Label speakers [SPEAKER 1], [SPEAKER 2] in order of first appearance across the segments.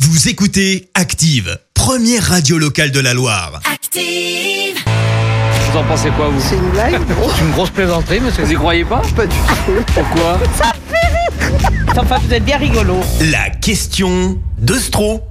[SPEAKER 1] Vous écoutez Active, première radio locale de la Loire.
[SPEAKER 2] Active.
[SPEAKER 3] Vous en pensez quoi, vous
[SPEAKER 4] C'est une blague
[SPEAKER 3] C'est une grosse plaisanterie, monsieur. Vous y croyez pas
[SPEAKER 4] Pas du tout.
[SPEAKER 3] Pourquoi
[SPEAKER 4] Enfin, vous êtes bien rigolo.
[SPEAKER 1] La question de Stro.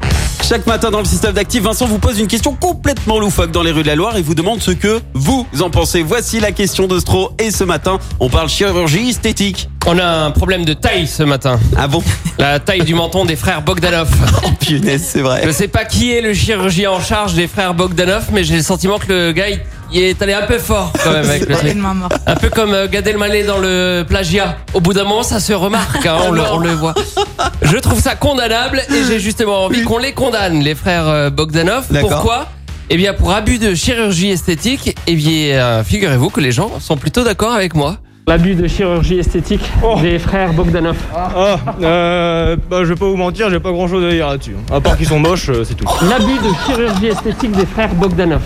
[SPEAKER 5] Chaque matin dans le système d'actifs, Vincent vous pose une question complètement loufoque dans les rues de la Loire et vous demande ce que vous en pensez. Voici la question de Stro et ce matin, on parle chirurgie esthétique.
[SPEAKER 6] On a un problème de taille ce matin.
[SPEAKER 5] Ah bon
[SPEAKER 6] La taille du menton des frères Bogdanov.
[SPEAKER 5] Oh punaise, c'est
[SPEAKER 6] Je
[SPEAKER 5] vrai.
[SPEAKER 6] sais pas qui est le chirurgien en charge des frères Bogdanov, mais j'ai le sentiment que le gars il il est allé un peu fort quand même avec le truc. Un peu comme euh, Gad Elmaleh dans le plagiat. Au bout d'un moment, ça se remarque, hein, on, le, on le voit. Je trouve ça condamnable et j'ai justement envie qu'on les condamne, les frères euh, Bogdanov.
[SPEAKER 5] D'accord.
[SPEAKER 6] Pourquoi Eh bien, pour abus de chirurgie esthétique. Eh bien, euh, figurez-vous que les gens sont plutôt d'accord avec moi.
[SPEAKER 7] L'abus de chirurgie esthétique
[SPEAKER 5] Oh.
[SPEAKER 7] des frères Bogdanov.
[SPEAKER 8] Ah, euh, bah, je vais pas vous mentir, j'ai pas grand chose à dire là-dessus. À part qu'ils sont moches, euh, c'est tout.
[SPEAKER 7] L'abus de chirurgie esthétique des frères Bogdanov.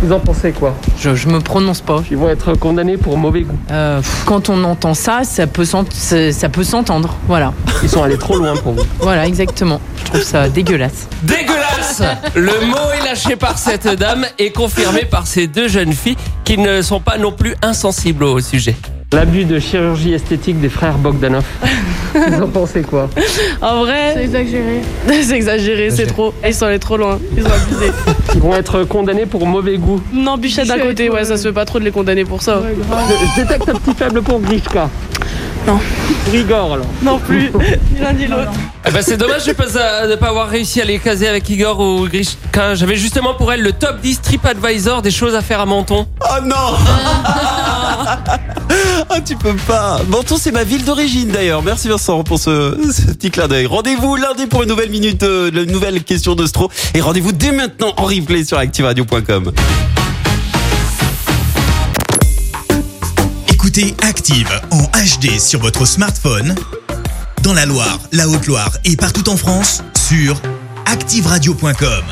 [SPEAKER 7] Vous en pensez quoi
[SPEAKER 9] Je, je me prononce pas.
[SPEAKER 7] Ils vont être condamnés pour mauvais goût.
[SPEAKER 9] Euh, pff, quand on entend ça, ça peut s'ent- ça ça peut s'entendre. Voilà,
[SPEAKER 7] Ils sont allés trop loin pour vous.
[SPEAKER 9] voilà, exactement. Je trouve ça dégueulasse.
[SPEAKER 6] Dégueulasse Le mot est lâché par cette dame et confirmé par ces deux jeunes filles qui ne sont pas non plus insensibles au sujet.
[SPEAKER 7] L'abus de chirurgie esthétique des frères Bogdanov. Vous en pensez quoi
[SPEAKER 10] En vrai. C'est exagéré. c'est exagéré, c'est trop. Ils sont allés trop loin. Ils ont abusé.
[SPEAKER 7] Ils vont être condamnés pour mauvais goût.
[SPEAKER 10] non, Bichette d'un côté, ouais, ça se fait pas trop de les condamner pour ça.
[SPEAKER 7] Je détecte un petit faible pour Grishka.
[SPEAKER 10] Non.
[SPEAKER 7] Grigor, alors.
[SPEAKER 10] Non plus, ni l'un ni l'autre.
[SPEAKER 6] Eh ben, c'est dommage de pas, à- de pas avoir réussi à les caser avec Igor ou Grishka. J'avais justement pour elle le top 10 TripAdvisor des choses à faire à Menton.
[SPEAKER 5] Oh non Ah tu peux pas. Menton c'est ma ville d'origine d'ailleurs. Merci Vincent pour ce, ce petit clin d'œil. Rendez-vous lundi pour une nouvelle minute, euh, une nouvelle question de Stro et rendez-vous dès maintenant en replay sur activeradio.com.
[SPEAKER 1] Écoutez Active en HD sur votre smartphone, dans la Loire, la Haute-Loire et partout en France, sur activeradio.com.